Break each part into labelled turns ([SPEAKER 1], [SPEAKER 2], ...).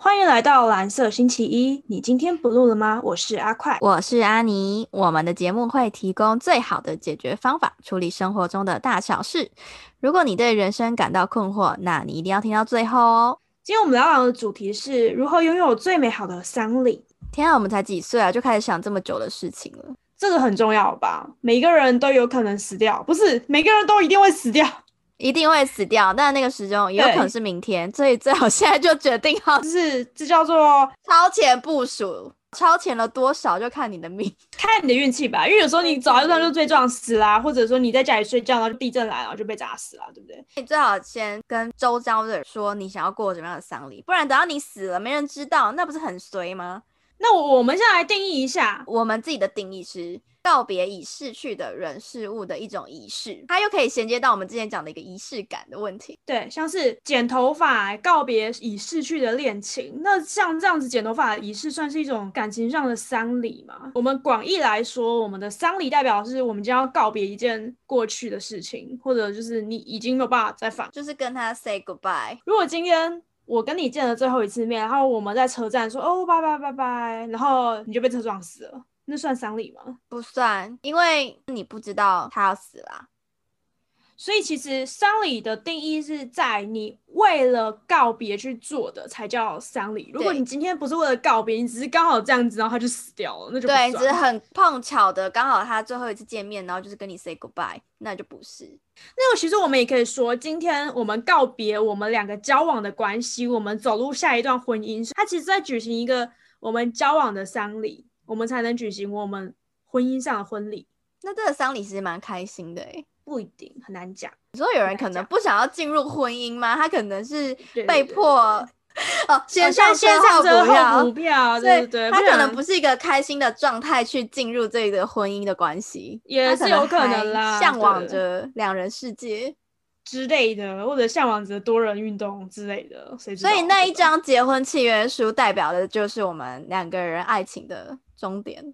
[SPEAKER 1] 欢迎来到蓝色星期一，你今天不录了吗？我是阿快。
[SPEAKER 2] 我是阿尼，我们的节目会提供最好的解决方法，处理生活中的大小事。如果你对人生感到困惑，那你一定要听到最后哦。
[SPEAKER 1] 今天我们要聊的主题是如何拥有最美好的丧礼，
[SPEAKER 2] 天啊，我们才几岁啊，就开始想这么久的事情了。
[SPEAKER 1] 这个很重要吧？每个人都有可能死掉，不是每个人都一定会死掉。
[SPEAKER 2] 一定会死掉，但那个时钟也有
[SPEAKER 1] 对
[SPEAKER 2] 可能是明天，所以最好现在就决定好
[SPEAKER 1] 就是这叫做
[SPEAKER 2] 超前部署，超前了多少就看你的命。
[SPEAKER 1] 看你的运气吧，因为有时候你早上就被撞死啦，或者说你在家里睡觉，然后就地震来，然后就被砸死啦，对不对？
[SPEAKER 2] 你最好先跟周遭的人说你想要过怎么样的丧礼，不然等到你死了没人知道，那不是很衰吗？
[SPEAKER 1] 那我我们先来定义一下，
[SPEAKER 2] 我们自己的定义是告别已逝去的人事物的一种仪式，它又可以衔接到我们之前讲的一个仪式感的问题。
[SPEAKER 1] 对，像是剪头发告别已逝去的恋情。那像这样子剪头发的仪式，算是一种感情上的丧礼吗？我们广义来说，我们的丧礼代表是我们将要告别一件过去的事情，或者就是你已经没有办法再反。
[SPEAKER 2] 就是跟他 say goodbye，
[SPEAKER 1] 如果今天我跟你见了最后一次面，然后我们在车站说哦拜拜拜拜，然后你就被车撞死了，那算丧礼吗？
[SPEAKER 2] 不算，因为你不知道他要死啦。
[SPEAKER 1] 所以其实丧礼的定义是在你为了告别去做的才叫丧礼。如果
[SPEAKER 2] 对
[SPEAKER 1] 你今天不是为了告别，你只是刚好这样子，然后他就死掉了，那就不
[SPEAKER 2] 对，只是
[SPEAKER 1] 算。
[SPEAKER 2] 很碰巧的，刚好他最后一次见面，然后就是跟你 say goodbye，那就不是。
[SPEAKER 1] 那其实我们也可以说，今天我们告别我们两个交往的关系，我们走入下一段婚姻，它其实在举行一个我们交往的丧礼，我们才能举行我们婚姻上的婚礼。
[SPEAKER 2] 那这个丧礼其实蛮开心的诶。
[SPEAKER 1] 不一定很难讲，
[SPEAKER 2] 你说有人可
[SPEAKER 1] 来
[SPEAKER 2] 能
[SPEAKER 1] 讲
[SPEAKER 2] 不想要进入婚姻吗？他可能是
[SPEAKER 1] 对对
[SPEAKER 2] 被
[SPEAKER 1] 对
[SPEAKER 2] 迫哦，
[SPEAKER 1] 好
[SPEAKER 2] 先
[SPEAKER 1] 呃像
[SPEAKER 2] 上
[SPEAKER 1] 先
[SPEAKER 2] 车
[SPEAKER 1] 上
[SPEAKER 2] 后
[SPEAKER 1] 车
[SPEAKER 2] 补
[SPEAKER 1] 后
[SPEAKER 2] 票
[SPEAKER 1] 补，票，
[SPEAKER 2] 所
[SPEAKER 1] 啊对
[SPEAKER 2] 以
[SPEAKER 1] 对对，
[SPEAKER 2] 他可
[SPEAKER 1] 然
[SPEAKER 2] 能不是一个开心的状态去进入这个婚姻的关系，
[SPEAKER 1] 也
[SPEAKER 2] 他
[SPEAKER 1] 是有可
[SPEAKER 2] 还
[SPEAKER 1] 能啦
[SPEAKER 2] 向往
[SPEAKER 1] 对
[SPEAKER 2] 着两人世界，
[SPEAKER 1] 之类的，或者向往着多人运动之类的，谁知道？
[SPEAKER 2] 所以那
[SPEAKER 1] 对
[SPEAKER 2] 一
[SPEAKER 1] 吧
[SPEAKER 2] 张结婚契约书代表的就是我们两个人爱情的终点。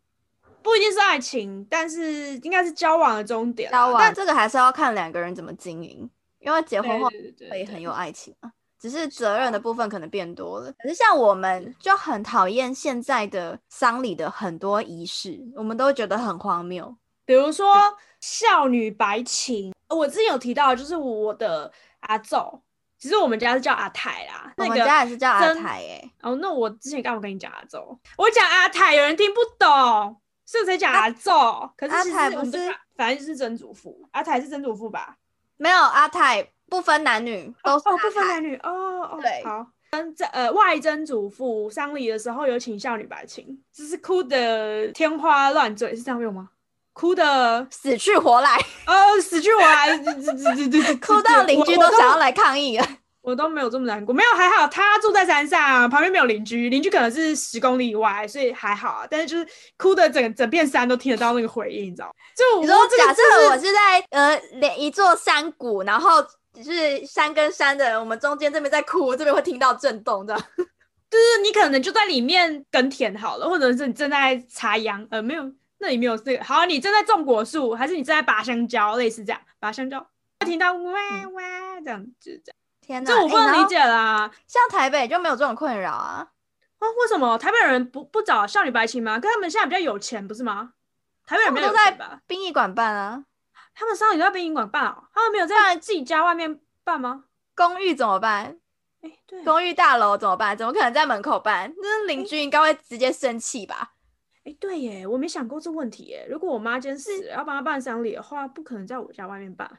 [SPEAKER 1] 不一定是爱情，但是应该是交往的终点啦。
[SPEAKER 2] 交往，
[SPEAKER 1] 啊但
[SPEAKER 2] 这个还是要看两个人怎么经营，因为结婚后
[SPEAKER 1] 对对对
[SPEAKER 2] 会
[SPEAKER 1] 对
[SPEAKER 2] 很
[SPEAKER 1] 对
[SPEAKER 2] 有爱情啊，只是责任的部分可能变多了。可是像我们就很讨厌现在的丧礼的很多仪式，我们都会觉得很荒谬。
[SPEAKER 1] 比如说少女白情，我之前有提到，就是我的阿奏，其实我们家是叫阿泰啦。
[SPEAKER 2] 我
[SPEAKER 1] 那
[SPEAKER 2] 们
[SPEAKER 1] 个
[SPEAKER 2] 家也是叫阿
[SPEAKER 1] 真
[SPEAKER 2] 台诶、欸
[SPEAKER 1] 哦，那我之前干嘛跟你讲阿奏？我讲阿泰，有人听不懂，所以我才讲阿奏。可是
[SPEAKER 2] 啊阿
[SPEAKER 1] 其实
[SPEAKER 2] 泰
[SPEAKER 1] 我
[SPEAKER 2] 不
[SPEAKER 1] 们都
[SPEAKER 2] 是
[SPEAKER 1] 叫反正就是曾祖父，阿泰是曾祖父吧？
[SPEAKER 2] 没有阿泰不分男女，都
[SPEAKER 1] 哦
[SPEAKER 2] 是
[SPEAKER 1] 哦，
[SPEAKER 2] 阿
[SPEAKER 1] 不分
[SPEAKER 2] 泰
[SPEAKER 1] 男女哦哦，
[SPEAKER 2] 对
[SPEAKER 1] 好。跟这呃外曾祖父丧礼的时候有请少女白情，就是哭的天花乱坠，是这样用吗？哭的
[SPEAKER 2] 死去活来，
[SPEAKER 1] 呃死去活来，哭
[SPEAKER 2] 哭到邻居都想要来抗议了。
[SPEAKER 1] 我都没有这么难过，没有还好，他住在山上，旁边没有邻居，邻居可能是十公里以外，所以还好啊。但是就是哭的整整片山都听得到那个回音，你知道吗？就
[SPEAKER 2] 你
[SPEAKER 1] 我
[SPEAKER 2] 说
[SPEAKER 1] 这
[SPEAKER 2] 假
[SPEAKER 1] 个
[SPEAKER 2] 设
[SPEAKER 1] 真
[SPEAKER 2] 我
[SPEAKER 1] 的是
[SPEAKER 2] 是在呃连一座山谷，然后就是山跟山的，我们中间这边在哭，这边会听到震动的。
[SPEAKER 1] 就是你可能就在里面耕田好了，或者是你正在插秧，呃，没有，那里没有这个。好，你正在种果树，还是你正在拔香蕉，类似这样拔香蕉，会听到哇哇这样，就是这样。
[SPEAKER 2] 天哪，
[SPEAKER 1] 这我不
[SPEAKER 2] 欸
[SPEAKER 1] 能理。
[SPEAKER 2] 嗯然后
[SPEAKER 1] 解啦。
[SPEAKER 2] 像台北就没有这种困扰啊，
[SPEAKER 1] 啊，为什么台北人不不找少女白情吗？跟他们现在比较有钱，不是吗？台北人没
[SPEAKER 2] 他们
[SPEAKER 1] 有
[SPEAKER 2] 都在
[SPEAKER 1] 钱吧？
[SPEAKER 2] 殡仪馆办啊，
[SPEAKER 1] 他们丧礼都在殡仪馆办哦，他们没有在自己家外面办吗？
[SPEAKER 2] 公寓怎么办？
[SPEAKER 1] 哎、对，哎、
[SPEAKER 2] 公寓大楼怎么办？怎么可能在门口办？那邻居应该会直接生气吧？
[SPEAKER 1] 对耶，我没想过这问题耶。如果我妈今天死了，要帮她办丧礼的话，不可能在我家外面办。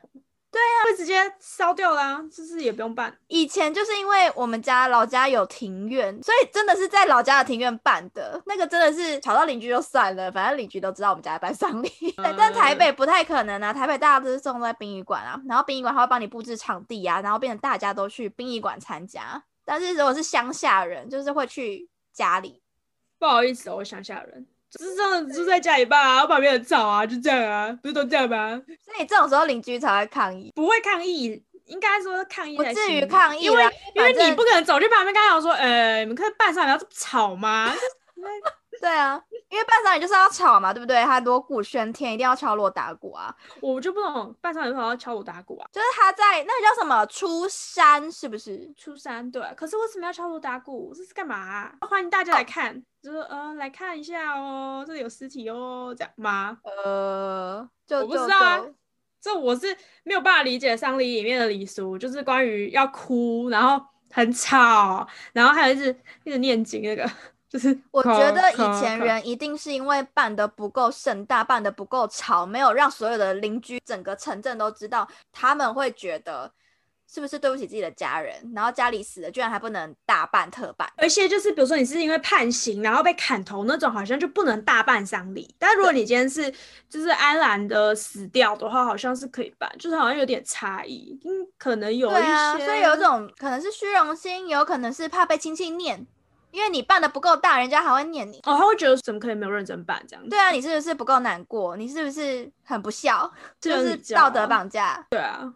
[SPEAKER 1] 对
[SPEAKER 2] 啊
[SPEAKER 1] 呀、会直接烧掉啦，就是也不用办。
[SPEAKER 2] 以前就是因为我们家老家有庭院，所以真的是在老家的庭院办的。那个真的是吵到邻居就算了，反正邻居都知道我们家在办丧礼。 对，但台北不太可能啊，台北大家都是送在殡仪馆啊，然后殡仪馆还会帮你布置场地啊，然后变成大家都去殡仪馆参加。但是如果是乡下人，就是会去家里。
[SPEAKER 1] 不好意思、哦，我乡下人，就是这样，就在家里办啊，我把别人照啊，就这样啊，不是都这样吗？
[SPEAKER 2] 所以这种时候邻居才会抗议，
[SPEAKER 1] 不会抗议，应该说抗议
[SPEAKER 2] 不
[SPEAKER 1] 在
[SPEAKER 2] 至
[SPEAKER 1] 心
[SPEAKER 2] 于
[SPEAKER 1] 里
[SPEAKER 2] 抗议啊
[SPEAKER 1] 因为
[SPEAKER 2] 啦，
[SPEAKER 1] 因为
[SPEAKER 2] 反正
[SPEAKER 1] 你不可能走去旁边跟他讲说，呃，你们可以办丧礼，要这么吵吗？
[SPEAKER 2] 对啊，因因为办丧礼就是要吵嘛，对不对？他锣鼓喧天，一定要敲锣打鼓啊。
[SPEAKER 1] 我就不懂办丧礼为什么要敲锣打鼓啊？
[SPEAKER 2] 就是他在那个叫什么出山，是不是？
[SPEAKER 1] 初三对，可是为什么要敲锣打鼓？这是干嘛啊、欢迎大家来
[SPEAKER 2] 哦
[SPEAKER 1] 看，就是呃来看一下哦，这里有尸体哦，这样吗？
[SPEAKER 2] 呃，就
[SPEAKER 1] 我不
[SPEAKER 2] 就
[SPEAKER 1] 知道啊
[SPEAKER 2] 就
[SPEAKER 1] 这我是没有办法理解丧礼里面的礼俗，就是关于要哭，然后很吵，然后还有一直一直念经那个， 就是
[SPEAKER 2] 我
[SPEAKER 1] 咳
[SPEAKER 2] 觉得
[SPEAKER 1] 咳
[SPEAKER 2] 以前
[SPEAKER 1] 咳
[SPEAKER 2] 人一定是因为办得不够盛大，办得不够吵，没有让所有的邻居、整个城镇都知道，他们会觉得是不是对不起自己的家人，然后家里死了居然还不能大办特办。
[SPEAKER 1] 而且就是比如说你是因为判刑然后被砍头那种，好像就不能大办丧礼。但如果你今天是就是安然的死掉的话，好像是可以办，就是好像有点差异。嗯，可能有一
[SPEAKER 2] 对
[SPEAKER 1] 些，
[SPEAKER 2] 啊，所以有一种可能是虚荣心，有可能是怕被亲戚念，因为你办得不够大，人家还会念你。
[SPEAKER 1] 哦，他会觉得怎么可以没有认真办这样子？
[SPEAKER 2] 对啊，你是不是不够难过？你是不是很不孝？就
[SPEAKER 1] 这
[SPEAKER 2] 是
[SPEAKER 1] 很骄
[SPEAKER 2] 道德
[SPEAKER 1] 傲
[SPEAKER 2] 绑架。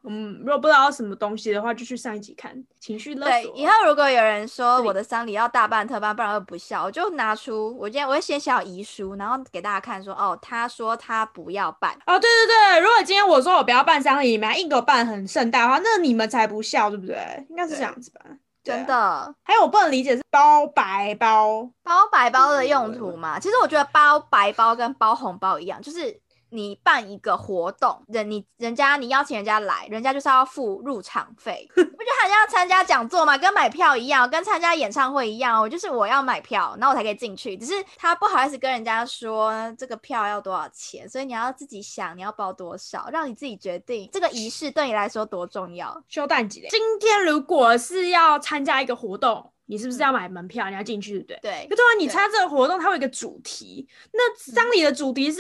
[SPEAKER 1] 嗯，如果不知道什么东西的话，就去上一集看情绪勒
[SPEAKER 2] 对，
[SPEAKER 1] 索。啊
[SPEAKER 2] 以后如果有人说
[SPEAKER 1] 对
[SPEAKER 2] 我的丧礼要大办特办，不然会不孝，我就拿出我今天我会先写好遗书，然后给大家看说，哦，他说他不要办，
[SPEAKER 1] 哦，对对对，如果今天我说我不要办丧礼，你们还硬给我办很盛大的话，那你们才不孝，对不对？应该是这
[SPEAKER 2] 对
[SPEAKER 1] 样子吧？对
[SPEAKER 2] 真
[SPEAKER 1] 啊。
[SPEAKER 2] 的
[SPEAKER 1] 还有我不能理解是包白包，
[SPEAKER 2] 包白包的用途嘛。其实我觉得包白包跟包红包一样，就是你办一个活动，人你人家你邀请人家来，人家就是要付入场 费，你不觉得好像参加讲座嘛，跟买票一样，跟参加演唱会一样，我哦就是我要买票，然后我才可以进去。只是他不好意思跟人家说这个票要多少钱，所以你要自己想你要包多少，让你自己决定这个仪式对你来说多重要。
[SPEAKER 1] 修蛋几嘞？今天如果是要参加一个活动，你是不是要买门票？你要进去，对不对？
[SPEAKER 2] 对
[SPEAKER 1] 可，对啊，你
[SPEAKER 2] 嗯对
[SPEAKER 1] 参加这个活动，它会有一个主题。那丧礼的主题是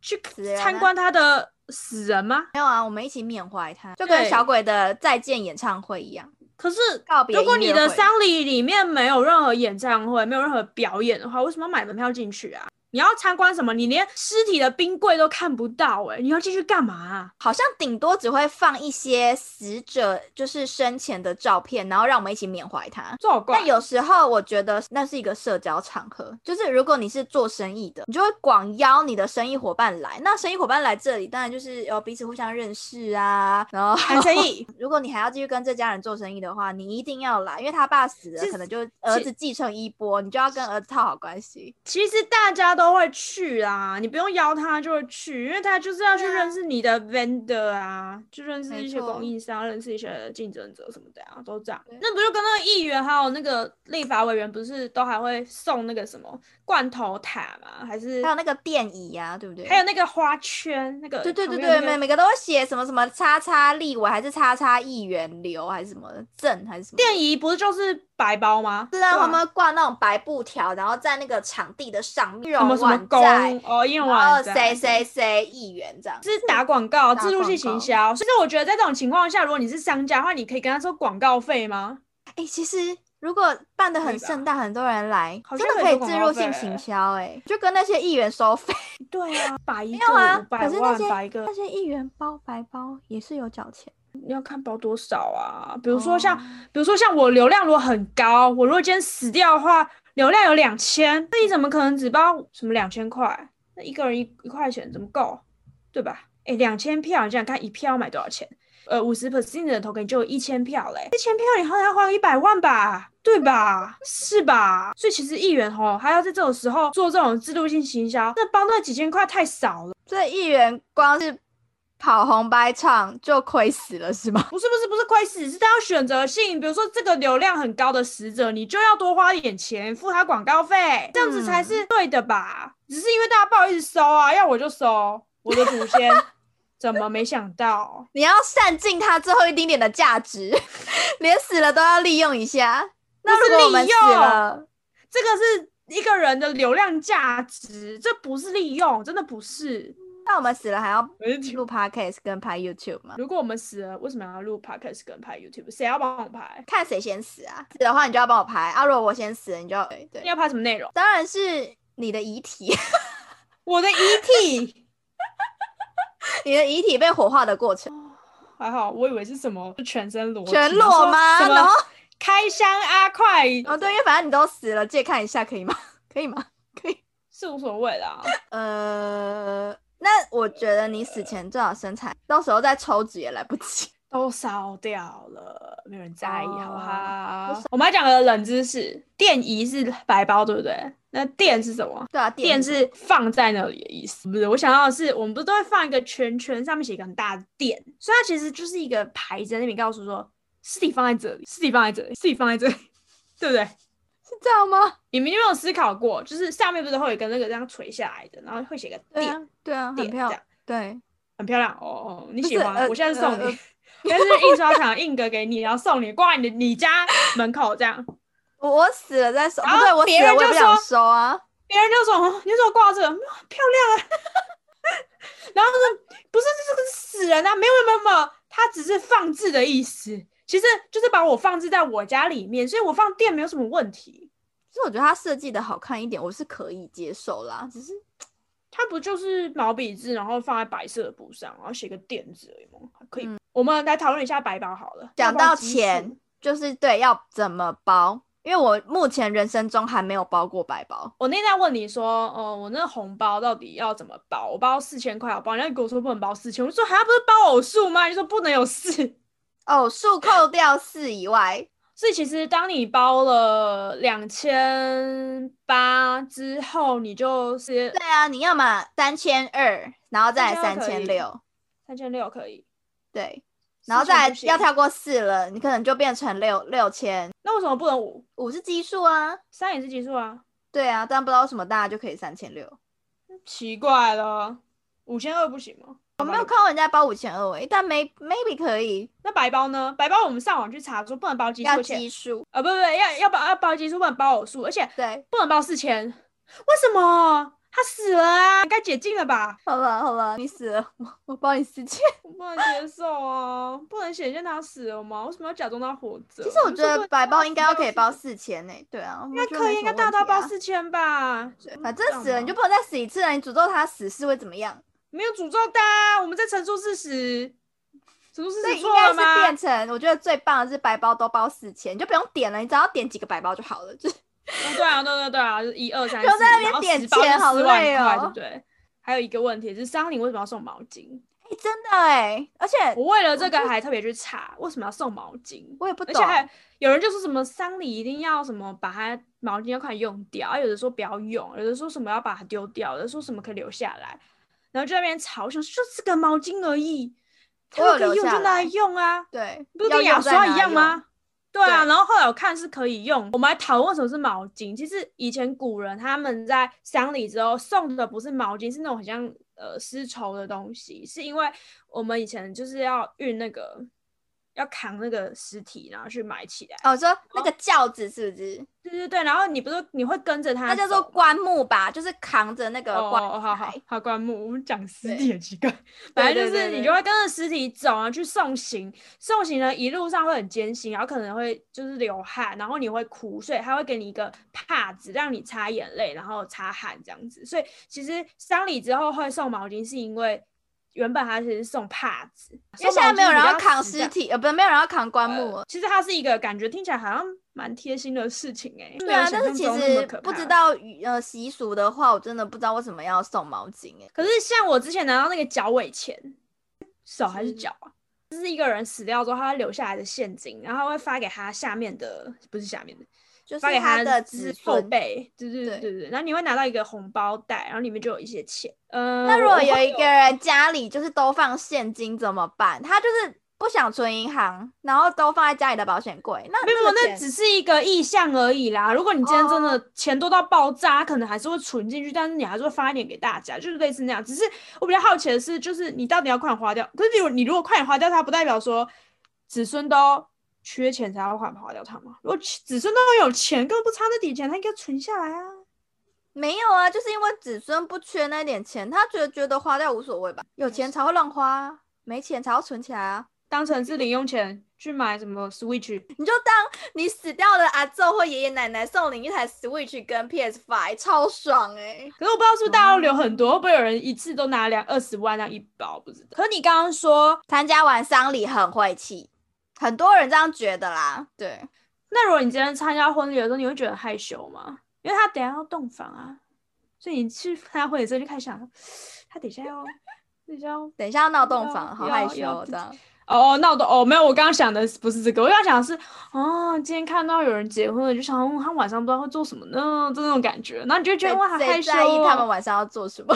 [SPEAKER 1] 去
[SPEAKER 2] 死人
[SPEAKER 1] 参
[SPEAKER 2] 啊
[SPEAKER 1] 观他的死人吗？
[SPEAKER 2] 没有啊，我们一起缅怀他，就跟
[SPEAKER 1] 对
[SPEAKER 2] 小鬼的再见演唱会一样。
[SPEAKER 1] 可是
[SPEAKER 2] 告别
[SPEAKER 1] 如果
[SPEAKER 2] 音乐
[SPEAKER 1] 你的
[SPEAKER 2] 会
[SPEAKER 1] 丧礼里面没有任何演唱会，没有任何表演的话，为什么要买门票进去啊？你要参观什么？你连尸体的冰柜都看不到、欸，哎，你要进去干嘛啊、
[SPEAKER 2] 好像顶多只会放一些死者就是生前的照片，然后让我们一起缅怀他。
[SPEAKER 1] 这好怪
[SPEAKER 2] 但。有时候我觉得那是一个社交场合，就是如果你是做生意的，你就会广邀你的生意伙伴来。那生意伙伴来这里，当然就是有彼此互相认识啊。然后，
[SPEAKER 1] 谈生意，
[SPEAKER 2] 如果你还要继续跟这家人做生意的话，你一定要来，因为他爸死了，
[SPEAKER 1] 是
[SPEAKER 2] 可能就儿子继承衣钵，你就要跟儿子套好关系。
[SPEAKER 1] 其实大家都会去啦，你不用邀他就会去，因为他就是要去
[SPEAKER 2] 对啊
[SPEAKER 1] 认识你的 vendor 啊，就认识
[SPEAKER 2] 没
[SPEAKER 1] 一些
[SPEAKER 2] 错
[SPEAKER 1] 供应商，认识一些竞争者什么的啊，都这样
[SPEAKER 2] 对。
[SPEAKER 1] 那不就跟那个议员还有那个立法委员不是都还会送那个什么罐头塔吗？还是
[SPEAKER 2] 还有那个电椅呀、啊，对不对？
[SPEAKER 1] 还有那个花圈，那个
[SPEAKER 2] 对对对
[SPEAKER 1] 旁边那
[SPEAKER 2] 对，每
[SPEAKER 1] 个
[SPEAKER 2] 每个都会写什么什么叉叉立委还是叉叉议员流还是什么证还是什么的。
[SPEAKER 1] 电仪不是就是白包吗？
[SPEAKER 2] 是啊，
[SPEAKER 1] 对
[SPEAKER 2] 他们会挂那种白布条，然后在那个场地的上面，
[SPEAKER 1] 什么什么
[SPEAKER 2] 万
[SPEAKER 1] 宫
[SPEAKER 2] 载，
[SPEAKER 1] 哦，英文
[SPEAKER 2] 然后
[SPEAKER 1] 网站
[SPEAKER 2] 谁谁谁议员这样。
[SPEAKER 1] 是打广告、
[SPEAKER 2] 打
[SPEAKER 1] 自助性
[SPEAKER 2] 广告
[SPEAKER 1] 行销。所以我觉得在这种情况下，如果你是商家的话，你可以跟他说广告费吗？
[SPEAKER 2] 哎、其实如果办的
[SPEAKER 1] 可以
[SPEAKER 2] 很
[SPEAKER 1] 吧
[SPEAKER 2] 盛大，很多人来，
[SPEAKER 1] 好
[SPEAKER 2] 真
[SPEAKER 1] 像
[SPEAKER 2] 的
[SPEAKER 1] 可
[SPEAKER 2] 可
[SPEAKER 1] 以
[SPEAKER 2] 以
[SPEAKER 1] 做
[SPEAKER 2] 自
[SPEAKER 1] 广告
[SPEAKER 2] 入性
[SPEAKER 1] 费
[SPEAKER 2] 行销，哎，就跟那些议员收费。
[SPEAKER 1] 对 啊，把一
[SPEAKER 2] 没
[SPEAKER 1] 个
[SPEAKER 2] 有啊
[SPEAKER 1] 五，百
[SPEAKER 2] 可是那
[SPEAKER 1] 万
[SPEAKER 2] 些
[SPEAKER 1] 把一个
[SPEAKER 2] 那，些议员包白包也是有缴钱。
[SPEAKER 1] 你要看包多少啊？比
[SPEAKER 2] 比
[SPEAKER 1] 如说像，比如说像我流量如果很高，我如果今天死掉的话，流量有两千，那你怎么可能只包什么两千块？那一个人一一块钱怎么够？对吧？哎，两千票，你想想看，一票要买多少钱？呃，五十 percent 的投给你就有一千票嘞，一千票你好歹要花一百万吧，对吧？是吧？所以其实议员吼，还要在这种时候做这种制度性行销，那包那几千块太少了。
[SPEAKER 2] 这议员光是跑红白唱就亏死了，是吗？
[SPEAKER 1] 不是不是不是亏死，是他要选择性，比如说这个流量很高的使者，你就要多花一点钱付他广告费，这样子
[SPEAKER 2] 嗯
[SPEAKER 1] 才是对的吧？只是因为大家不好意思收啊，要我就收，我的祖先怎么没想到？
[SPEAKER 2] 你要善尽它最后一丁点的价值， 连死了都要利用一下。那
[SPEAKER 1] 不是
[SPEAKER 2] 如果我们
[SPEAKER 1] 利
[SPEAKER 2] 死
[SPEAKER 1] 用
[SPEAKER 2] 了，
[SPEAKER 1] 这个是一个人的流量价值，这不是利用，真的不是。
[SPEAKER 2] 那我们死了还要录 podcast 跟拍 YouTube 吗？
[SPEAKER 1] 如果我们死了，为什么要录 podcast 跟拍 YouTube？谁要帮我拍？
[SPEAKER 2] 看谁先死啊？死的话你就要帮我拍啊，如果我先死了，你就对
[SPEAKER 1] 你
[SPEAKER 2] 对，
[SPEAKER 1] 要拍什么内容？
[SPEAKER 2] 当然是你的遗体，
[SPEAKER 1] 我的遗体。
[SPEAKER 2] 你的遗体被火化的过程，
[SPEAKER 1] 还好，我以为是什么全身裸体
[SPEAKER 2] 全裸吗
[SPEAKER 1] 什么
[SPEAKER 2] 然后
[SPEAKER 1] 开箱阿快
[SPEAKER 2] 哦对，因为反正你都死了，借看一下可以吗？可以吗？可以。
[SPEAKER 1] 是无所谓啦。
[SPEAKER 2] 呃，那我觉得你死前最好生产，到时候再抽脂也来不及。
[SPEAKER 1] 都烧掉了，没有人在意，好不
[SPEAKER 2] 哦
[SPEAKER 1] 好？我们要讲的冷知识，电仪是白包，对不对？那电是什么？
[SPEAKER 2] 对啊，
[SPEAKER 1] 电
[SPEAKER 2] 电子
[SPEAKER 1] 是放在那里的意思，不是？我想到的是，我们不是都会放一个圈圈，上面写一个很大的电，所以它其实就是一个牌子，在那边告诉说尸体放在这里，尸体放在这里，尸体放在这里，对不对？
[SPEAKER 2] 是这样吗？
[SPEAKER 1] 你们有没有思考过，就是下面不是会有一个那个这样垂下来的，然后会写个
[SPEAKER 2] 对
[SPEAKER 1] 电，
[SPEAKER 2] 啊，对啊，很
[SPEAKER 1] 电这
[SPEAKER 2] 漂亮
[SPEAKER 1] 样，
[SPEAKER 2] 对，
[SPEAKER 1] 很漂亮哦哦，你
[SPEAKER 2] 不
[SPEAKER 1] 喜
[SPEAKER 2] 是
[SPEAKER 1] 欢？
[SPEAKER 2] 呃
[SPEAKER 1] 我现在就
[SPEAKER 2] 呃
[SPEAKER 1] 送你，
[SPEAKER 2] 呃
[SPEAKER 1] 但是印刷厂印个给你，然后送你挂在你的你家门口这样。
[SPEAKER 2] 我我死了再收，哦
[SPEAKER 1] 然后
[SPEAKER 2] 不对，我
[SPEAKER 1] 别
[SPEAKER 2] 死了
[SPEAKER 1] 人
[SPEAKER 2] 我也
[SPEAKER 1] 就
[SPEAKER 2] 不想
[SPEAKER 1] 说
[SPEAKER 2] 收啊。
[SPEAKER 1] 别人就说：“你怎么挂这个？嗯很漂亮啊！” 然后说：“不是，这是个死人啊！没有没有没有，它只是放置的意思，其实就是把我放置在我家里面，所以我放电没有什么问题。
[SPEAKER 2] 其实我觉得它设计的好看一点，我是可以接受啦。只是
[SPEAKER 1] 它不就是毛笔字，然后放在白色的布上，然后写个电字而已吗？还可以。我们来讨论一下白包好了。
[SPEAKER 2] 讲
[SPEAKER 1] 要不要
[SPEAKER 2] 到
[SPEAKER 1] 基数
[SPEAKER 2] 钱，就是对要怎么包，因为我目前人生中还没有包过白包。
[SPEAKER 1] 我那天在问你说，哦、我那红包到底要怎么包？我包四千块好包，然后你跟我说不能包四千，我就说还不是包偶数吗？你说不能有四，
[SPEAKER 2] 偶哦数扣掉四以外，
[SPEAKER 1] 所以其实当你包了两千八之后，你就是
[SPEAKER 2] 对啊，你要么三千二，然后再来三
[SPEAKER 1] 3200
[SPEAKER 2] 千六，
[SPEAKER 1] 三千六可以，
[SPEAKER 2] 对，然后再
[SPEAKER 1] 4000不
[SPEAKER 2] 来
[SPEAKER 1] 行
[SPEAKER 2] 要跳过四了，你可能就变成六六千，
[SPEAKER 1] 那为什么不能五？
[SPEAKER 2] 五是奇数啊，
[SPEAKER 1] 三也是奇数啊，
[SPEAKER 2] 对啊，但不知道为什么大家就可以三千六。
[SPEAKER 1] 奇怪了，五千二不行吗？
[SPEAKER 2] 我没有看过人家包五千二欸诶，但 may maybe 可以
[SPEAKER 1] 那白包呢？白包我们上网去查说不能包奇数，
[SPEAKER 2] 要
[SPEAKER 1] 而且
[SPEAKER 2] 奇数，
[SPEAKER 1] 呃不不不要要包要包奇数，不能包偶数，而且
[SPEAKER 2] 对，
[SPEAKER 1] 不能包四千，为什么？他死了啊，该解禁了吧？
[SPEAKER 2] 好了好了，你死了，我我包你四千。
[SPEAKER 1] 我不能接受啊，不能显现他死了吗？为什么要假装他活着？
[SPEAKER 2] 其实我觉得白包应该要可以包
[SPEAKER 1] 四，
[SPEAKER 2] 四千呢，对啊，应
[SPEAKER 1] 应该可以，应该大到包四千吧？
[SPEAKER 2] 啊反正死了你就
[SPEAKER 1] 不
[SPEAKER 2] 不能再死一次了，你诅咒他死是会怎么样？
[SPEAKER 1] 没有诅咒他，啊我们在陈述事实，陈述事
[SPEAKER 2] 所以
[SPEAKER 1] 实
[SPEAKER 2] 应
[SPEAKER 1] 错
[SPEAKER 2] 该
[SPEAKER 1] 了
[SPEAKER 2] 是变
[SPEAKER 1] 吗？
[SPEAKER 2] 成，我觉得最棒的是白包都包四千，你就不用点了，你只要点几个白包就好了，就是
[SPEAKER 1] 哦对啊，对对对啊，就是一二三四，
[SPEAKER 2] 就在那边
[SPEAKER 1] 然后
[SPEAKER 2] 点
[SPEAKER 1] 10包就
[SPEAKER 2] 钱好
[SPEAKER 1] 10万
[SPEAKER 2] 累哦
[SPEAKER 1] 块对不对？还有一个问题是，桑林为什么要送毛巾？
[SPEAKER 2] 哎、真的哎，而且
[SPEAKER 1] 我为了这个还特别去查，为什么要送毛巾？
[SPEAKER 2] 我也不
[SPEAKER 1] 而
[SPEAKER 2] 懂
[SPEAKER 1] 且，还有人就说什么丧礼一定要什么把它毛巾要快用掉，啊有的说不要用，有的说什么要把它丢掉，有的说什么可以留下来，然后就在那边吵，我想说就是个毛巾而已，它
[SPEAKER 2] 我有
[SPEAKER 1] 如果可以
[SPEAKER 2] 留
[SPEAKER 1] 用
[SPEAKER 2] 下
[SPEAKER 1] 就拿
[SPEAKER 2] 来
[SPEAKER 1] 来用啊，
[SPEAKER 2] 对，
[SPEAKER 1] 不是
[SPEAKER 2] 要
[SPEAKER 1] 跟牙
[SPEAKER 2] 用再
[SPEAKER 1] 刷
[SPEAKER 2] 拿
[SPEAKER 1] 一样
[SPEAKER 2] 用？
[SPEAKER 1] 吗？对啊，
[SPEAKER 2] 哦对
[SPEAKER 1] 然后后来我看是可以用，我们还讨论什么是毛巾。其实以前古人他们在丧礼之后送的不是毛巾，是那种很像呃丝绸的东西，是因为我们以前就是要运那个要扛那个尸体，然后去埋起来。
[SPEAKER 2] 哦，我说那个轿子是不是？
[SPEAKER 1] 对对对，然后你不啊是你会跟着他
[SPEAKER 2] 那
[SPEAKER 1] 走吗，
[SPEAKER 2] 叫做棺木吧，就是扛着那个
[SPEAKER 1] 哦
[SPEAKER 2] 棺
[SPEAKER 1] 哦，好好
[SPEAKER 2] 材
[SPEAKER 1] 好，棺木，我们讲尸
[SPEAKER 2] 对
[SPEAKER 1] 体很奇 怪，反正就
[SPEAKER 2] 对
[SPEAKER 1] 是
[SPEAKER 2] 对
[SPEAKER 1] 你
[SPEAKER 2] 对
[SPEAKER 1] 就会跟着尸体走，然后去送行，送行呢一路上会很艰辛，然后可能会就是流汗，然后你会哭，所以他会给你一个帕子让你擦眼泪，然后擦汗这样子。所以其实丧礼之后会送毛巾，是因为原本他其实是送帕子，
[SPEAKER 2] 因为现在没有人
[SPEAKER 1] 送毛巾
[SPEAKER 2] 要
[SPEAKER 1] 比较
[SPEAKER 2] 扛
[SPEAKER 1] 实
[SPEAKER 2] 尸
[SPEAKER 1] 在。
[SPEAKER 2] 体，呃，不，没有人要扛棺木了。
[SPEAKER 1] 其实它是一个感觉听起来好像蛮贴心的事情哎、欸，
[SPEAKER 2] 对啊，但是
[SPEAKER 1] 没
[SPEAKER 2] 其
[SPEAKER 1] 有想象中那么
[SPEAKER 2] 实
[SPEAKER 1] 可
[SPEAKER 2] 不
[SPEAKER 1] 怕
[SPEAKER 2] 知道呃习俗的话，我真的不知道为什么要送毛巾哎、
[SPEAKER 1] 可是像我之前拿到那个脚尾钱，手还是
[SPEAKER 2] 是
[SPEAKER 1] 脚啊？就是一个人死掉之后，他会留下来的现金，然后会发给他下面的，不是下面的，
[SPEAKER 2] 就是
[SPEAKER 1] 发给
[SPEAKER 2] 他的
[SPEAKER 1] 就是
[SPEAKER 2] 子
[SPEAKER 1] 后
[SPEAKER 2] 孙。
[SPEAKER 1] 辈，对对对
[SPEAKER 2] 对
[SPEAKER 1] 对对。然后你会拿到一个红包袋，然后里面就有一些钱。嗯，
[SPEAKER 2] 那如
[SPEAKER 1] 我
[SPEAKER 2] 果
[SPEAKER 1] 我
[SPEAKER 2] 有
[SPEAKER 1] 会
[SPEAKER 2] 一个人家里就是都放现金怎么办？他就是不想存银行，然后都放在家里的保险柜。那
[SPEAKER 1] 没有，没有
[SPEAKER 2] 这个
[SPEAKER 1] 那
[SPEAKER 2] 钱
[SPEAKER 1] 只是一个意向而已啦。如果你今天真的钱多到爆炸，可能还是会存进去，但是你还是会发一点给大家，就是类似那样。只是我比较好奇的是，就是你到底要快点花掉。可是你如你如果快点花掉它，不代表说子孙都缺钱才要快点花掉它嘛。如果其子孙都有钱，根本不差那点钱，他应该存下来啊。
[SPEAKER 2] 没有啊，就是因为子孙不缺那点钱，他觉得觉得花掉无所谓吧，有钱才会乱花啊，没钱才要存起来啊。
[SPEAKER 1] 当成是零用钱去买什么 Switch，
[SPEAKER 2] 你就当你死掉的阿昼或爷爷奶奶送你一台 Switch 跟 PS Five，超爽哎、
[SPEAKER 1] 可是我不知道是不是大家都留很多，会不会有人一次都拿两二十万那样一包？不知道。可是你刚刚说
[SPEAKER 2] 参加完丧礼很晦气，很多人这样觉得啦。对，
[SPEAKER 1] 那如果你今天参加婚礼的时候，你会觉得害羞吗？因为他等一下要洞房啊，所以你去参加婚礼之后就开始想，他等一下要，等一下要
[SPEAKER 2] 等一下要闹洞
[SPEAKER 1] 要
[SPEAKER 2] 房，好
[SPEAKER 1] 要
[SPEAKER 2] 害
[SPEAKER 1] 要
[SPEAKER 2] 羞哦
[SPEAKER 1] 自
[SPEAKER 2] 这样。
[SPEAKER 1] 哦哦，那我都哦没有，我刚刚想的不是这个，我刚刚想的是，哦，今天看到有人结婚了，就想、嗯、他晚上不知道会做什么呢，就那种感觉，然后你就会觉得哇，好
[SPEAKER 2] 谁
[SPEAKER 1] 害羞、
[SPEAKER 2] 在意
[SPEAKER 1] 哦。
[SPEAKER 2] 他们晚上要做什么？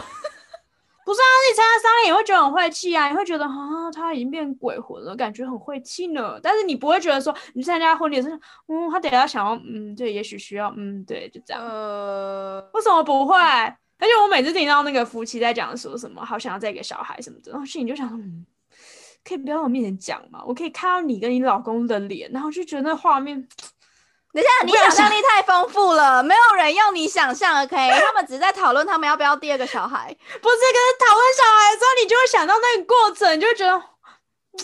[SPEAKER 1] 不是啊，你参加丧礼也会觉得很晦气啊，你会觉得啊，他已经变鬼魂了，感觉很晦气呢。但是你不会觉得说，你参加婚礼的时候，嗯，他等一下想要，嗯，对，也许需要，嗯，对，就这样。
[SPEAKER 2] 呃，
[SPEAKER 1] 为什么不会？而且我每次听到那个夫妻在讲说什么，好想要再一个小孩什么的，然后心里就想说，嗯，可以不要在我面前讲嘛，我可以看到你跟你老公的脸，然后就觉得那画面，
[SPEAKER 2] 等一下，你
[SPEAKER 1] 不
[SPEAKER 2] 想
[SPEAKER 1] 想
[SPEAKER 2] 象力太丰富了，没有人要你想象，OK？他 们只是在讨论他们要不要第二个 小孩。
[SPEAKER 1] 不是跟讨论小孩的时候，你就会想到那个过程，你就会觉得。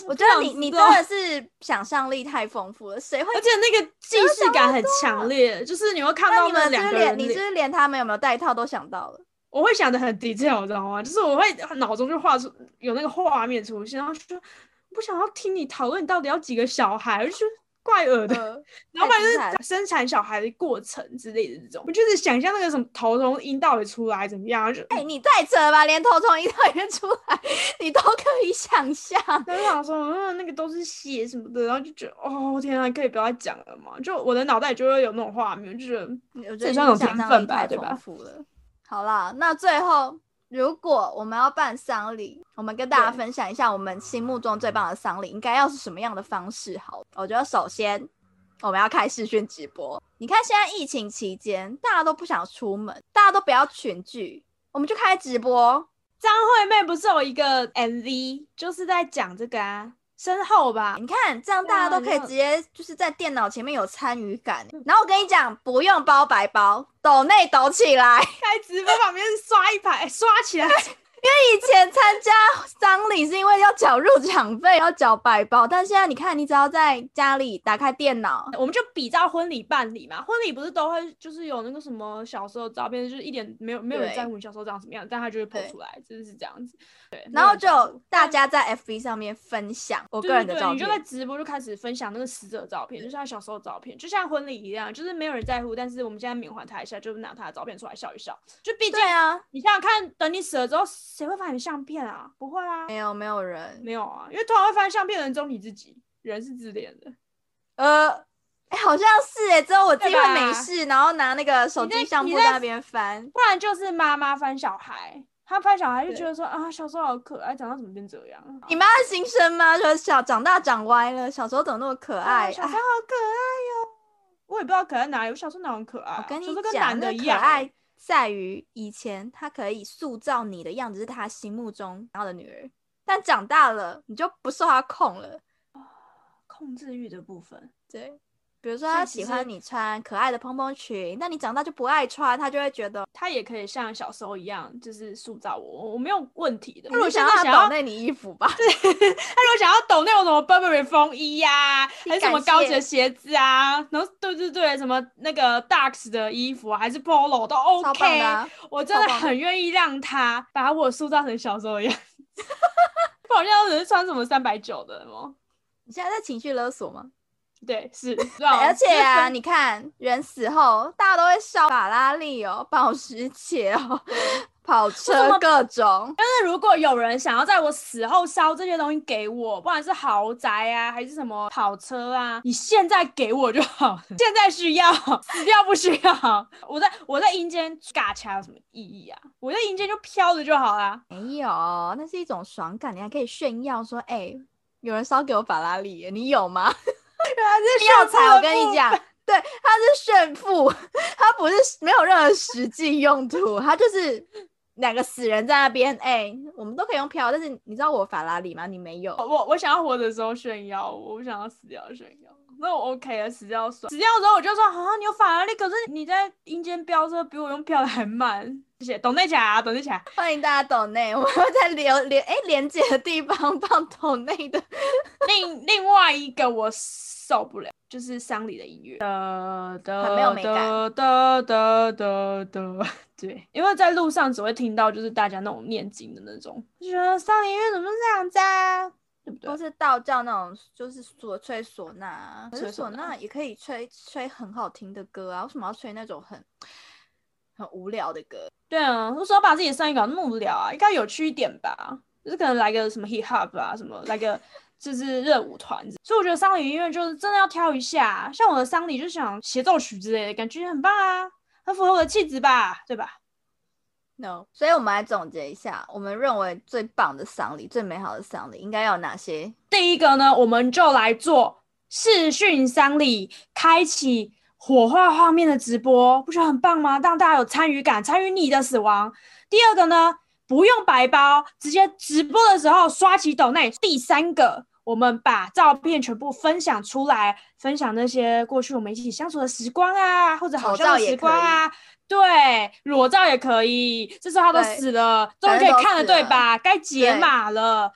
[SPEAKER 2] 我觉得
[SPEAKER 1] 不
[SPEAKER 2] 你
[SPEAKER 1] 想知
[SPEAKER 2] 你真
[SPEAKER 1] 道
[SPEAKER 2] 的是想象力太丰富了，谁
[SPEAKER 1] 啊
[SPEAKER 2] 会
[SPEAKER 1] 而？且那个既视感很强烈，就是你会看
[SPEAKER 2] 那
[SPEAKER 1] 到
[SPEAKER 2] 你们是
[SPEAKER 1] 两
[SPEAKER 2] 不
[SPEAKER 1] 个
[SPEAKER 2] 是
[SPEAKER 1] 人
[SPEAKER 2] 连你是不
[SPEAKER 1] 脸
[SPEAKER 2] 是连他们有没有带套都想到 了？
[SPEAKER 1] 我会想的很 detail，你知道吗？就是我会脑中就画出有那个画面出现，然后就说不想要听你讨论你到底要几个小孩，我就觉得怪恶的。
[SPEAKER 2] 呃，
[SPEAKER 1] 然后不然就
[SPEAKER 2] 太精彩了
[SPEAKER 1] 是生产小孩的过程之类的这种，我就是想象那个什么头从阴道里出来怎么样，就
[SPEAKER 2] 哎、你太扯了吧，连头从一套里面出来，你都可以想象。
[SPEAKER 1] 然后想说，嗯，那个都是血什么的，然后就觉得，哦，天啊，可以不要再讲了嘛？就我的脑袋就会有那种画面，就觉得
[SPEAKER 2] 我觉得
[SPEAKER 1] 这
[SPEAKER 2] 你
[SPEAKER 1] 算有
[SPEAKER 2] 想
[SPEAKER 1] 天
[SPEAKER 2] 象
[SPEAKER 1] 分
[SPEAKER 2] 力
[SPEAKER 1] 吧
[SPEAKER 2] 太
[SPEAKER 1] 对吧
[SPEAKER 2] 丰富了。好啦，那最后如果我们要办丧礼，我们跟大家
[SPEAKER 1] 对
[SPEAKER 2] 分享一下我们心目中最棒的丧礼应该要是什么样的方式好。我觉得首先我们要开视讯直播。你看现在疫情期间，大家都不想出门，大家都不要群聚，我们就开直播。
[SPEAKER 1] 张惠妹不是有一个 MV，就是在讲这个啊，身后吧？
[SPEAKER 2] 你看这样大家
[SPEAKER 1] 对啊
[SPEAKER 2] 都可
[SPEAKER 1] 你
[SPEAKER 2] 以直
[SPEAKER 1] 看
[SPEAKER 2] 接就是在电脑前面有参与感。然后我跟你讲，不用包白包，抖内抖起来。
[SPEAKER 1] 开直播旁边刷一排，刷起来，
[SPEAKER 2] 以前参加丧礼是因为要缴入场费，要缴百包，但现在你看，你只要在家里打开电脑，
[SPEAKER 1] 我们就比照婚礼办理嘛。婚礼不是都会就是有那个什么小时候的照片，就是一点没有没有人
[SPEAKER 2] 对
[SPEAKER 1] 在乎你小时候长什么样，但他就会
[SPEAKER 2] 对
[SPEAKER 1] po 出来，真的是这样子。对，
[SPEAKER 2] 然后
[SPEAKER 1] 没有人在
[SPEAKER 2] 就
[SPEAKER 1] 乎
[SPEAKER 2] 大家在 FB 上面分享我
[SPEAKER 1] 对
[SPEAKER 2] 个人
[SPEAKER 1] 对
[SPEAKER 2] 的
[SPEAKER 1] 对，
[SPEAKER 2] 照
[SPEAKER 1] 你就在
[SPEAKER 2] 片。
[SPEAKER 1] 直播就开始分享那个死者的照片，就是他小时候的照片，就像婚礼一样，就是没有人在乎，但是我们现在缅怀他一下，就拿他的照片出来笑一笑。就毕竟
[SPEAKER 2] 对啊，
[SPEAKER 1] 你想想看，等你死了之后，谁会翻你的相片啊？不会啊。
[SPEAKER 2] 没有没有人，
[SPEAKER 1] 没有啊，因为通常会翻相片的人只有你自己，人是自恋的。
[SPEAKER 2] 呃，哎、好像是哎、只有我自己
[SPEAKER 1] 对
[SPEAKER 2] 会
[SPEAKER 1] 吧
[SPEAKER 2] 没事，然后拿那个手
[SPEAKER 1] 你在
[SPEAKER 2] 机相
[SPEAKER 1] 你
[SPEAKER 2] 簿
[SPEAKER 1] 在
[SPEAKER 2] 在那边翻。
[SPEAKER 1] 不然就是妈妈翻小孩，她翻小孩就
[SPEAKER 2] 对
[SPEAKER 1] 觉得说啊，小时候好可爱，长大怎么变这样？啊
[SPEAKER 2] 你妈的心声吗？说小长大长歪了，小时候怎么那么可
[SPEAKER 1] 啊
[SPEAKER 2] 爱？
[SPEAKER 1] 小时候
[SPEAKER 2] 哎
[SPEAKER 1] 好可爱哟、我也不知道可爱哪里，我小时候哪有很可爱啊、
[SPEAKER 2] 我跟
[SPEAKER 1] 小
[SPEAKER 2] 你
[SPEAKER 1] 时候跟
[SPEAKER 2] 讲，
[SPEAKER 1] 男的
[SPEAKER 2] 那个
[SPEAKER 1] 一
[SPEAKER 2] 可
[SPEAKER 1] 样欸、
[SPEAKER 2] 爱在于以前他可以塑造你的样子是他心目中想要的女儿，但长大了你就不受他控了。
[SPEAKER 1] 控制欲的部分。
[SPEAKER 2] 对，比如
[SPEAKER 1] 所
[SPEAKER 2] 说
[SPEAKER 1] 以
[SPEAKER 2] 他
[SPEAKER 1] 其
[SPEAKER 2] 喜欢
[SPEAKER 1] 实
[SPEAKER 2] 你穿可爱的蓬蓬裙，那你长大就不爱穿，他就会觉得
[SPEAKER 1] 他也可以像小时候一样，就是塑造我，我没有问题的。
[SPEAKER 2] 那你
[SPEAKER 1] 现
[SPEAKER 2] 想
[SPEAKER 1] 在
[SPEAKER 2] 要
[SPEAKER 1] 想
[SPEAKER 2] 他
[SPEAKER 1] 要
[SPEAKER 2] 抖那你衣服 吧。
[SPEAKER 1] 他如果想要懂那种什么 Burberry 风衣呀、
[SPEAKER 2] 你
[SPEAKER 1] 还是什么
[SPEAKER 2] 感
[SPEAKER 1] 高
[SPEAKER 2] 谢
[SPEAKER 1] 级的鞋子啊，然后对对对，什么那个 Ducks 的衣服、啊、还是 Polo 都
[SPEAKER 2] 超
[SPEAKER 1] OK，、
[SPEAKER 2] 棒的啊、
[SPEAKER 1] 我真
[SPEAKER 2] 超
[SPEAKER 1] 的
[SPEAKER 2] 棒的
[SPEAKER 1] 很愿意让他把我塑造成小时候的样子。 不然像只是穿什么三百九的吗？
[SPEAKER 2] 你现在在情绪勒索吗？
[SPEAKER 1] 对，是，对
[SPEAKER 2] 而且啊，
[SPEAKER 1] 哦就是
[SPEAKER 2] 你看人死后，大家都会烧法拉利哦、保时捷哦、 跑
[SPEAKER 1] 怎
[SPEAKER 2] 车
[SPEAKER 1] 么
[SPEAKER 2] 各种。
[SPEAKER 1] 但是如果有人想要在我死后烧这些东西给我，不管是豪宅啊，还是什么跑车啊，你现在给我就好了。现在需要，死掉不需要。我在我在阴间尬掐有什么意义啊？我在阴间就飘着就好啦。
[SPEAKER 2] 没有，那是一种爽感，你还可以炫耀说：“哎、有人烧给我法拉利耶，你有吗
[SPEAKER 1] 这？”
[SPEAKER 2] 耀才，我跟你，讲，对，它是炫富，它不是没有任何实际用途，它就是两个死人在那边，哎、我们都可以用票，但是你知道我法拉利吗？你没有，
[SPEAKER 1] 我我想要活的时候炫耀，我不想要死掉炫耀。那我 OK 了，死掉爽。死掉之后我就说啊，你有法拉利，可是你在阴间飙车比我用飘的还慢。谢谢，懂内起来啊，懂内起来。
[SPEAKER 2] 欢迎大家抖内，我们会在留连哎连接的地方放抖内的。
[SPEAKER 1] 另另外一个我受不了，就是丧礼的音乐，的
[SPEAKER 2] 很
[SPEAKER 1] 的
[SPEAKER 2] 没有美
[SPEAKER 1] 的
[SPEAKER 2] 感
[SPEAKER 1] 的的的的， 对，因为在路上只会听到就是大家那种念经的那种，就觉得丧礼音乐怎么是这样子啊，对不对
[SPEAKER 2] 或？是道教那种，就是所吹唢呐啊，可是
[SPEAKER 1] 吹唢
[SPEAKER 2] 唢
[SPEAKER 1] 呐
[SPEAKER 2] 呐也可以吹吹很好听的歌啊，为什么要吹那种很很无聊的歌。
[SPEAKER 1] 对啊，为什么把自己的生意搞那么无聊啊？应该有趣一点吧？就是可能来个什么 hip hop 啊，什么来个 就是热舞团，所以我觉得丧礼音乐就是真的要挑一下。啊像我的丧礼就想协奏曲之类的，感觉很棒啊，很符合我的气质吧，对吧？
[SPEAKER 2] No，所以我们来总结一下，我们认为最棒的丧礼、最美好的丧礼应该要有哪些？
[SPEAKER 1] 第一个呢，我们就来做视讯丧礼，开启火化画面的直播，不觉得很棒吗？让大家有参与感，参与你的死亡。第二个呢，不用白包，直接直播的时候刷起抖内。第三个，我们把照片全部分享出来，分享那些过去我们一起相处的时光啊，或者好笑的时光啊。对，裸照也可以。这时候他都
[SPEAKER 2] 对
[SPEAKER 1] 死了，终于可
[SPEAKER 2] 反正
[SPEAKER 1] 以
[SPEAKER 2] 都
[SPEAKER 1] 看了，
[SPEAKER 2] 死
[SPEAKER 1] 对
[SPEAKER 2] 了
[SPEAKER 1] 吧？该解
[SPEAKER 2] 对
[SPEAKER 1] 码了。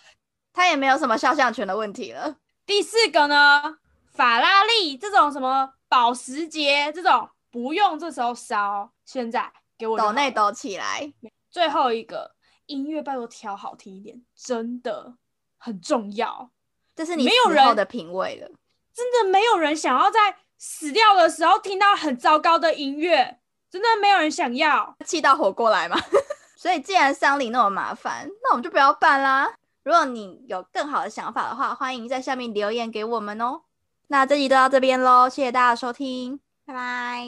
[SPEAKER 2] 他也没有什么肖像权的问题了。
[SPEAKER 1] 第四个呢，法拉利这种什么保时捷这种不用这时候烧，现在给我就
[SPEAKER 2] 抖内
[SPEAKER 1] 好了。
[SPEAKER 2] 抖起来，
[SPEAKER 1] 最后一个音乐拜托调好听一点，真的很重要。
[SPEAKER 2] 这是你
[SPEAKER 1] 没有
[SPEAKER 2] 死后
[SPEAKER 1] 人
[SPEAKER 2] 的品味了。
[SPEAKER 1] 真的没有人想要在死掉的时候听到很糟糕的音乐，真的没有人想要。
[SPEAKER 2] 气到火过来嘛。所以既然丧礼那么麻烦，那我们就不要办啦。如果你有更好的想法的话，欢迎在下面留言给我们哦。那这集就到这边喽，谢谢大家的收听，拜拜。